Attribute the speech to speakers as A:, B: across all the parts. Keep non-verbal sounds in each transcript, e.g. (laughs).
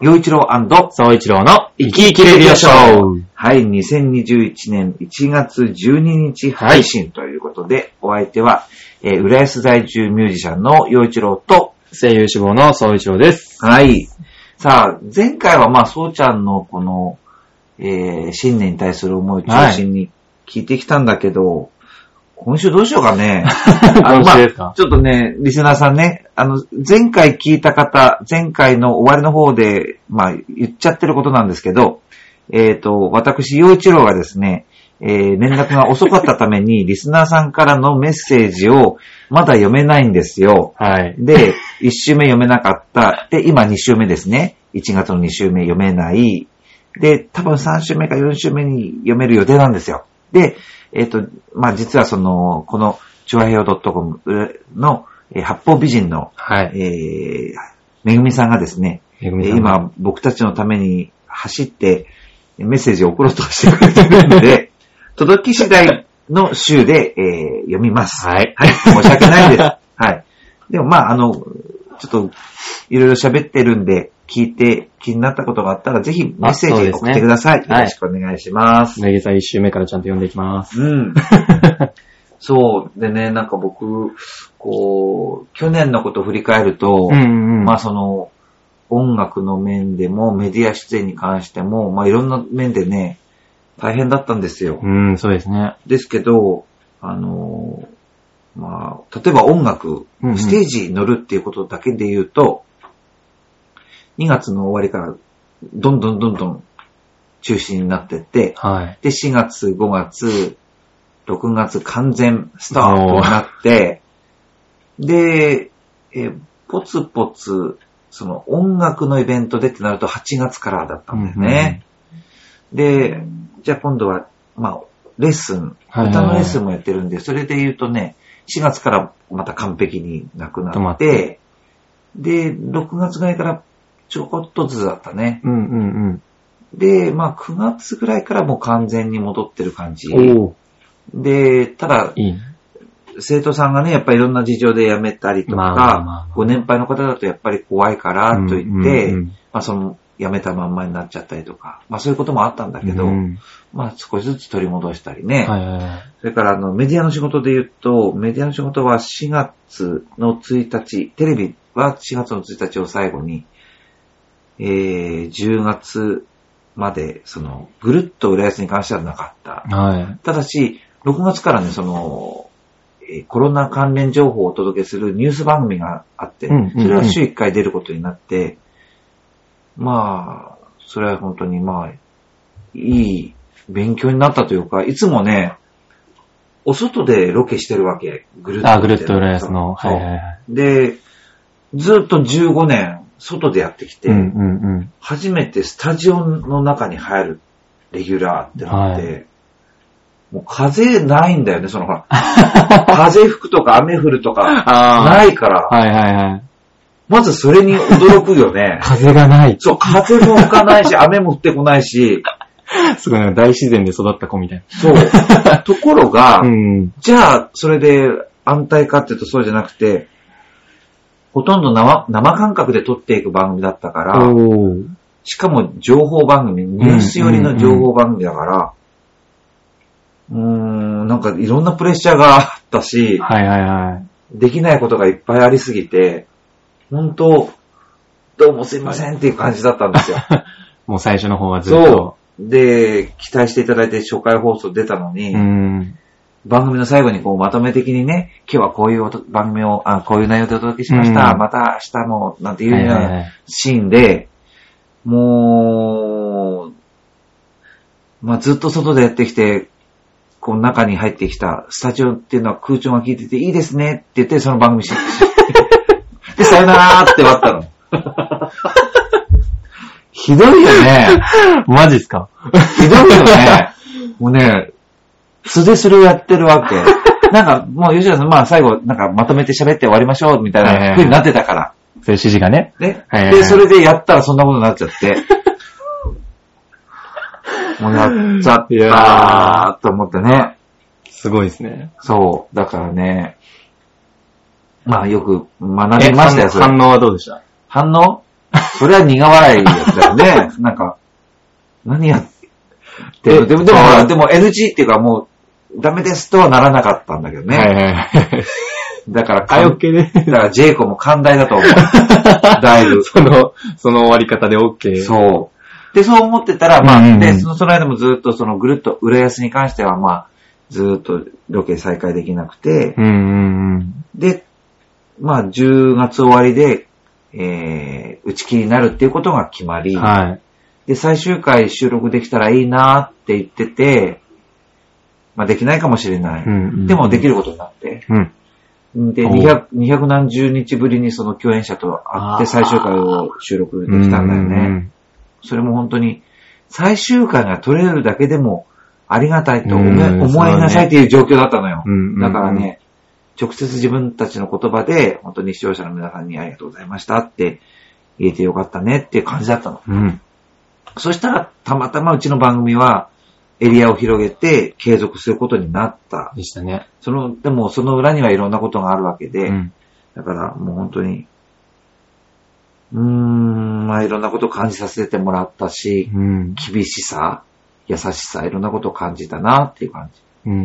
A: 洋一郎
B: 総一郎の生き生きレディオショー。
A: はい、2021年1月12日配信ということで、お相手は、えー、浦安在住ミュージシャンの洋一郎と、
B: 声優志望の総一郎です。
A: はい。さあ、前回はまあ、そうちゃんのこの、えー、新年に対する思いを中心に聞いてきたんだけど、今週どうしようかね。 (laughs) あの
B: 今週ですか
A: まあちょっとね、リスナーさんね、あの、前回聞いた方、前回の終わりの方で、まあ、言っちゃってることなんですけど、えっ、と、私、陽一郎がですね、えー、連絡が遅かったために、リスナーさんからのメッセージを、まだ読めないんですよ。
B: はい。
A: で、1週目読めなかった。で、今2週目ですね。1月の2週目読めない。で、多分3週目か4週目に読める予定なんですよ。で、えっ、と、まあ、実はその、この、チュアヘオ .com の、えー八方美人の、
B: はい。
A: えー、めぐみさんがですね、
B: めぐ
A: え
B: み
A: ー
B: さん。。
A: 今、僕たちのために走って、メッセージを送ろうとしてくれてるの
B: (laughs)
A: で、届き次第の週で、えー読みます。
B: はい。 (laughs)
A: はい、申し訳ないです。はい。でもまあ、あの、ちょっと、いろいろ喋ってるんで、聞いて気になったことがあったら、ぜひメッセー
B: あそう
A: ジ
B: です
A: 送
B: ね
A: ってください。
B: はい
A: よろしくお願いします。
B: めげさ1周目からちゃんと読んでいきます。 (laughs)
A: うん。そう。でね、なんか僕、こう、去年のことを振り返ると、
B: ん
A: まあその、音楽の面でも、メディア出演に関しても、まあいろんな面でね、大変だったんですよ。
B: うん、そうですね。
A: ですけど、あのーまあ、例えば音楽
B: うんう、ん
A: ステージに乗るっていうことだけで言うと、2月の終わりから、どんどんどんどん中止になってって、
B: はい。
A: で、4月、5月、6月完全スタートになって、で、えーぽつぽつ、その音楽のイベントでってなると8月からだったんだよね。で、じゃあ今度は、まあ、レッスン、
B: はい
A: 歌のレッスンもやってるんで、それで言うとね、4月からまた完璧になく
B: 止
A: な
B: ま
A: っ、
B: って
A: で、6月ぐらいからちょこっとずつだったね。
B: うんうん
A: で、まあ9月ぐらいからもう完全に戻ってる感じ。
B: うん。おー
A: で、ただ、
B: いい。
A: 生徒さんがね、やっぱりいろんな事情で辞めたりとか、
B: まあまあまあ
A: ご年配の方だとやっぱり怖いからと言って、
B: うんうん
A: まあその、辞めたまんまになっちゃったりとか、まあそういうこともあったんだけど、
B: うん
A: まあ少しずつ取り戻したりね、
B: はいはいはい。
A: それからあの、メディアの仕事で言うと、メディアの仕事は4月の1日、テレビは4月の1日を最後に、えー、10月まで、その、ぐるっと浦安に関してはなかった。
B: はい。
A: ただし、6月からね、その、えーコロナ関連情報をお届けするニュース番組があって、
B: うんうんうん
A: それは週1回出ることになって、まあ、それは本当にまあ、いい勉強になったというか、いつもね、お外でロケしてるわけ、ぐるっと。
B: あ、ぐるっと浦安の。
A: そ
B: は
A: う
B: いはいはい。
A: で、ずっと15年、外でやってきて、
B: うんうんうん。
A: 初めてスタジオの中に入るレギュラーってなって、
B: は
A: もう風ないんだよね、そのほ
B: (laughs)
A: ら。風吹くとか雨降るとか、
B: あ
A: ないから、
B: あ。はいはいはい。。
A: まずそれに驚くよね
B: (laughs) 風がない。
A: そう、風も吹かないし、雨も降ってこないし、
B: すごいな、大自然で育った子みたい (laughs)
A: そう。ところが、
B: な。うん。
A: じゃあ、それで安泰かっていうとそうじゃなくて、ほとんど生生感覚で撮っていく番組だったから、
B: おー。
A: しかも情報番組、ニュース寄りの情報番組だから、うーん、なんかいろんなプレッシャーがあったし、
B: はいはいはい。
A: できないことがいっぱいありすぎて、本当どうもすいませんっていう感じだったん
B: (laughs)
A: ですよ。
B: もう最初の方はずっと
A: そ。う。で、期待していただいて初回放送出たのに、
B: うん。
A: 番組の最後にこうまとめ的にね、今日はこういうおと番組をあ、こういう内容でお届けしました、
B: うん
A: また明日も、なんていうよ
B: は
A: う
B: い
A: な、
B: はいはい。
A: シーンで、もう、まあ、ずっと外でやってきて、この中に入ってきたスタジオっていうのは空調が効いてていいですねって言って、その番組 (laughs) し、で、さよならって終わ (laughs) ったの。ひどいよ (laughs) ね。
B: マジっすか
A: ひど
B: (laughs)
A: いよね。もうね、素でそれをやってるわけ。なんか、もう吉田さん、まあ最後、なんかまとめて喋って終わりましょうみたいな風になってたから。
B: そういう指示がね。
A: ね。
B: はいはいは
A: で、
B: い
A: それでやったらそんなことになっちゃ
B: (laughs)
A: って。もうやっちゃっ
B: いや
A: たーと思ってね。
B: すごいですね。
A: そう。だからね。まあよく学びましたよ、それ。
B: 反応はどうでした
A: 反応それは苦笑いだよ
B: (laughs)
A: ね。なんか、何やってる
B: え
A: でも、でも
B: そう
A: ほら、でも NG っていうかもう、ダメですとはならなかったんだけどね。
B: はいはい (laughs) はい。
A: だから、
B: あ、オッケーで。
A: だからジェイコも寛大だと思う。
B: (laughs)
A: だいぶ。
B: その、その終わり方でオッケー。
A: そう。で、そう思ってたら、まあ、
B: うんうんうん
A: で、その、その間もずっと、その、ぐるっと、浦安に関しては、まあ、ずっとロケ再開できなくて、
B: うんうんうん。
A: で、まあ、10月終わりで、えー、打ち切りになるっていうことが決まり、
B: はい。
A: で、最終回収録できたらいいなって言ってて、まあ、できないかもしれない。
B: うんうん
A: でも、できることになって。
B: うん。
A: で、
B: お
A: 200、200何十日ぶりにその共演者と会って
B: あー
A: 最終回を収録できたんだよね。それも本当に、最終回が取れるだけでも、ありがたいと思え
B: うん
A: 思いなさいっていう状況だったのよ
B: うん。うんうん。
A: だからね、直接自分たちの言葉で、本当に視聴者の皆さんにありがとうございましたって言えてよかったねっていう感じだったの。
B: うん。
A: そしたら、たまたまうちの番組は、エリアを広げて継続することになった。
B: でしたね。
A: その、でもその裏にはいろんなことがあるわけで、
B: うん。
A: だからもう本当に、うーん、まあいろんなことを感じさせてもらったし、
B: うん。
A: 厳しさ、優しさ、いろんなことを感じたなっていう感じ。
B: うんうんう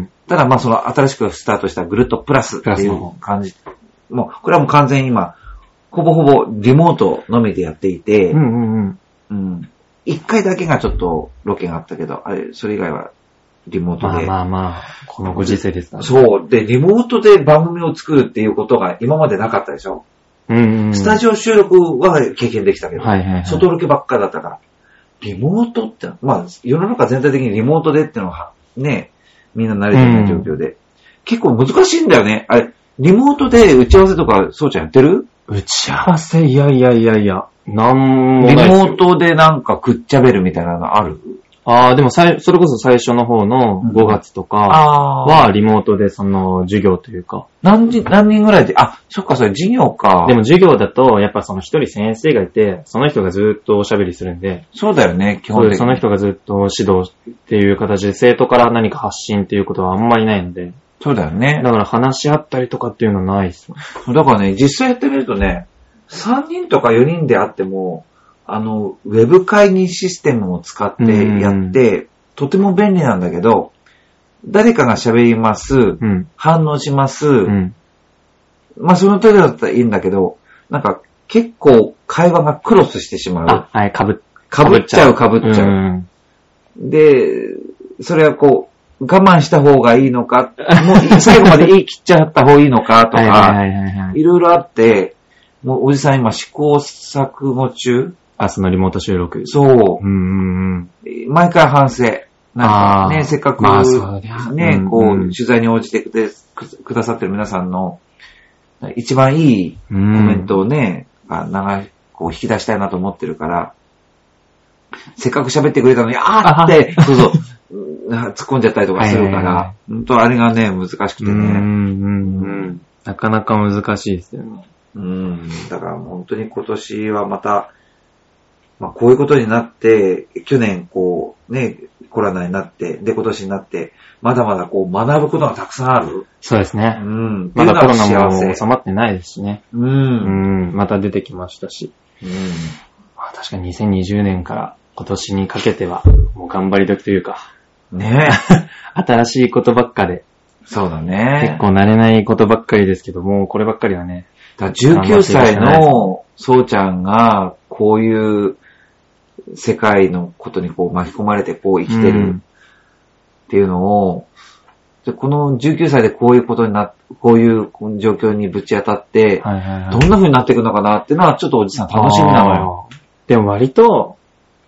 B: ん。
A: ただまあその新しくスタートしたぐるっとプラスって
B: プラス
A: い
B: の
A: う
B: 方
A: 感じ。もうこれはもう完全に今、ほぼほぼリモートのみでやっていて
B: う、んうんうん。
A: うん。一、回だけがちょっとロケがあったけど、あれ、それ以外はリモート
B: まあ
A: で。
B: まあまあ、このご時世ですから。
A: そう。で、リモートで番組を作るっていうことが今までなかったでしょ、
B: うんうん。
A: スタジオ収録は経験できたけど、
B: はいはいはい。
A: 外ロケばっかだったから。リモートって、まあ、世の中全体的にリモートでってのは、ね、みんな慣れてない状況で。結構難しいんだよね。あれ、リモートで打ち合わせとか、そうちゃんやってる
B: 打ち合わせ、いやいやいやいや、なんも
A: リ
B: ないですよ
A: モートでなんかくっちゃべるみたいなのある
B: ああ、でもさい、それこそ最初の方の
A: うん
B: 5月とか
A: ああ。
B: はリモートでその授業というか、
A: 何人、何人ぐらいで、あ、そっか、それ授業か。
B: でも授業だとやっぱその一人先生がいて、その人がずっとおしゃべりするんで、
A: そうだよね、基
B: そう
A: 本
B: で
A: 的に。
B: その人がずっと指導っていう形で生徒から何か発信っていうことはあんまりないので、
A: そうだよね
B: だ。から話し合ったりとかっていうのはないですね。
A: だからね、実際やってみるとね、3人とか4人であっても、あの、ウェブ会議システムを使ってやって、とても便利なんだけど、誰かが喋ります、
B: うん。
A: 反応します、
B: うん。
A: まあその程度だったらいいんだけど、なんか結構会話がクロスしてしまう。
B: あ、はい、かぶっ
A: かぶっちゃうかぶ
B: ぶ
A: っちゃう。
B: ん。
A: で、それはこう、我慢した方がいいのか、もう最後まで言い切っちゃった方がいいのかと
B: はい
A: か、
B: はいはいはいはい。
A: いろいろあって、もうおじさん今試行錯誤中
B: あ、そのリモート収録。
A: そ
B: うんうんうん。
A: う。毎回反省。なんか
B: あ
A: ね、
B: ー
A: せっかく、
B: まあそうだよ
A: ね、こう、
B: うんうん
A: 取材に応じてくれくくださってる皆さんの、一番いい
B: コ
A: コ
B: メ
A: メン。トをね、あ長い、こう引き出したいなと思ってるから、せっかく喋ってくれたのに、あー
B: (laughs)
A: って、そうそう、うん突っ込んじゃったりとかするか
B: はいはいはいは
A: ら、本当あれがね、難しくて
B: う
A: ね。
B: んうんうん。なかなか難しいですよね。
A: うん、だから本当に今年はまた、まあこういうことになって、去年こうね、コロナになって、で今年になって、まだまだこう学ぶことがたくさんある。
B: そうです
A: う
B: ね。
A: ん、
B: まだコロナ
A: っていうのは幸せ
B: も収まってないですしね。
A: う、
B: うん
A: うん。
B: ん、また出てきましたし。まあ確かに2020年から今年にかけては、もう頑張り時というか、
A: ね
B: 新しいことばっかで、
A: え。そうだね。
B: 結構慣れないことばっかりですけども、こればっかりはね。
A: だから19歳のそうちゃんが、こういう世界のことにこう巻き込まれてこう生きて
B: う
A: る
B: ん
A: っていうのを、でこの19歳でこういうことになっ、こういう状況にぶち当たって、
B: はいはいはい
A: ど。んな風になっていくのかなっていうのはちょっとおじさん楽しみなのよ。
B: よ。でも割と、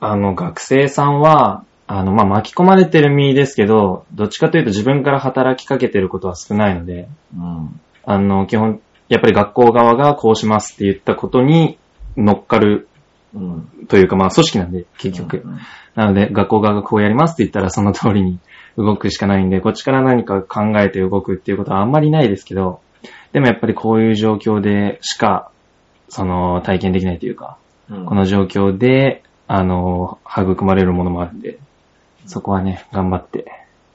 B: あの、学生さんは、あの、まあ、巻き込まれてる身ですけど、どっちかというと自分から働きかけてることは少ないので、
A: うん。
B: あの、基本、やっぱり学校側がこうしますって言ったことに乗っかる
A: うん。
B: というか、まあ、組織なんで、結局。
A: うん。
B: なので、学校側がこうやりますって言ったらその通りに動くしかないんで、こっちから何か考えて動くっていうことはあんまりないですけど、でもやっぱりこういう状況でしか、その、体験できないというか、
A: うん
B: この状況で、あの、育まれるものもあるんで、そこはね、頑張って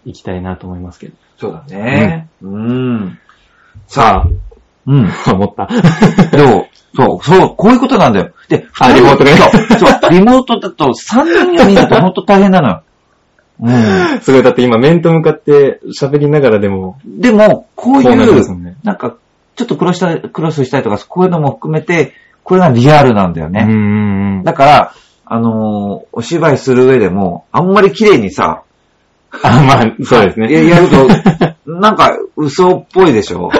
B: いきたいなと思いますけど。
A: そうだね。うん。さあ、うん。
B: 思った。 (laughs)
A: でも、そう、そう、こういうことなんだよ。で、
B: あリモートがね
A: そう、そう、リモートだと3人4人だと本当大変なのよ。う
B: すごい、だって今面と向かって喋りながらでも、 (laughs)
A: ん。でも、こ
B: こ
A: う
B: う
A: い
B: なります
A: う、
B: もんね。
A: なんか、ちょっとクロスした、クロスしたりとか、こういうのも含めて、これがリアルなんだよ
B: う
A: ね。
B: んうんうん。
A: だから、あのーお芝居する上でも、あんまり綺麗にさ、
B: あ、まあ、そうですね。
A: ややると、なんか、嘘っぽいでしょ。
B: は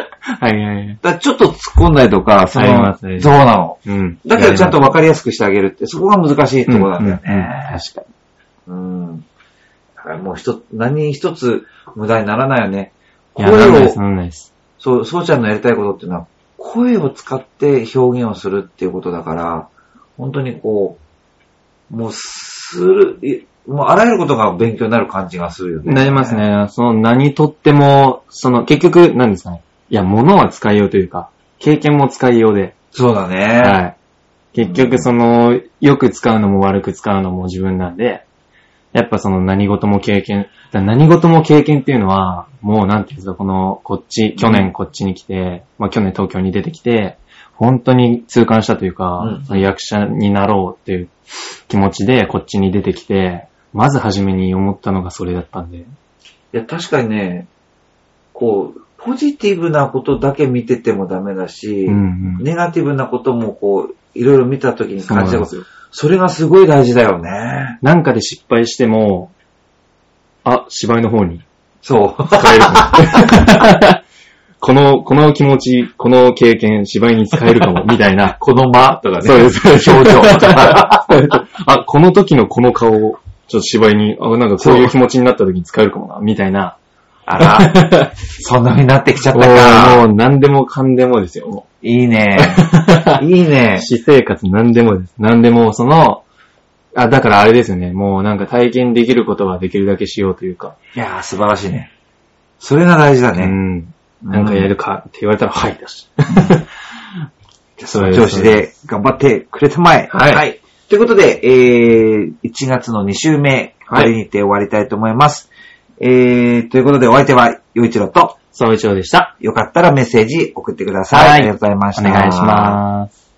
B: いはいはい。
A: だからちょっと突っ込んだりとか、そ
B: あり
A: の、
B: ます
A: そ
B: ありま
A: う
B: す
A: なの。
B: うん。
A: だけどちゃんと
B: や
A: 分かりやすくしてあげるって、そこが難しいところなんだよね。
B: うんうんうん
A: 確かに。うん。だからもう一つ、何一つ無駄にならないよね。
B: ります、いや、な
A: 声
B: んないで
A: を
B: す、、なんないです。
A: そう、そうちゃんのやりたいことっていうのは、声を使って表現をするっていうことだから、本当にこう、もうする、いもうあらゆることが勉強になる感じがするよね。
B: なります。ね。その何とっても、その結局、何ですかね。いや、物は使いようというか、経験も使いようで、
A: そうだね。
B: はい。結局、その、よく使うのも悪く使うのも自分なんで、やっぱその何事も経験、だ何事も経験っていうのは、もうなんていうんですか、この、こっち、去年こっちに来て、まあ去年東京に出てきて、本当に痛感したというか、
A: うん
B: その役者になろうっていう気持ちでこっちに出てきて、まず初めに思ったのがそれだったんで。
A: いや、確かにね、こう、ポジティブなことだけ見ててもダメだし、
B: うんうん。
A: ネガティブなこともこう、いろいろ見たときに
B: そう
A: 感
B: なん
A: じた
B: で
A: こと。
B: すよ。
A: それがすごい大事だよね。
B: なんかで失敗しても、あ、芝居の方に
A: そう。
B: 使えるかも。この、この気持ち、この経験、芝居に使える
A: (laughs)
B: かも、みたいな。
A: この間とか
B: そうです、そうです。
A: 表情とか。
B: (laughs) あ、この時のこの顔を、ちょっと芝居に、あ、なんかこういう気持ちになった時に使えるかもな、みたいな。
A: (laughs) あら、そんな風になってきちゃ
B: (laughs)
A: った
B: も
A: か。
B: うもう何でもかんでもですよ。も
A: いいね。いいうね。
B: 私生活何でもです。何でも、その、あ、だからあれですよね。もうなんか体験できることはできるだけしようというか。
A: いやー、素晴らしいね。それが大事だ
B: う
A: ね。
B: ん。なんかやるかって言われたら、はいだし。
A: うん。 (laughs) その調子で頑張ってくれたまえ。
B: はい
A: ということで、えー、1月の2週目、こ
B: はい
A: れにて終わりたいと思います。えー、ということでお相手は、よいちろと、
B: 総一郎でした。
A: よかったらメッセージ送ってください。
B: はい
A: ありがとうございまし
B: お
A: た。
B: 願いします。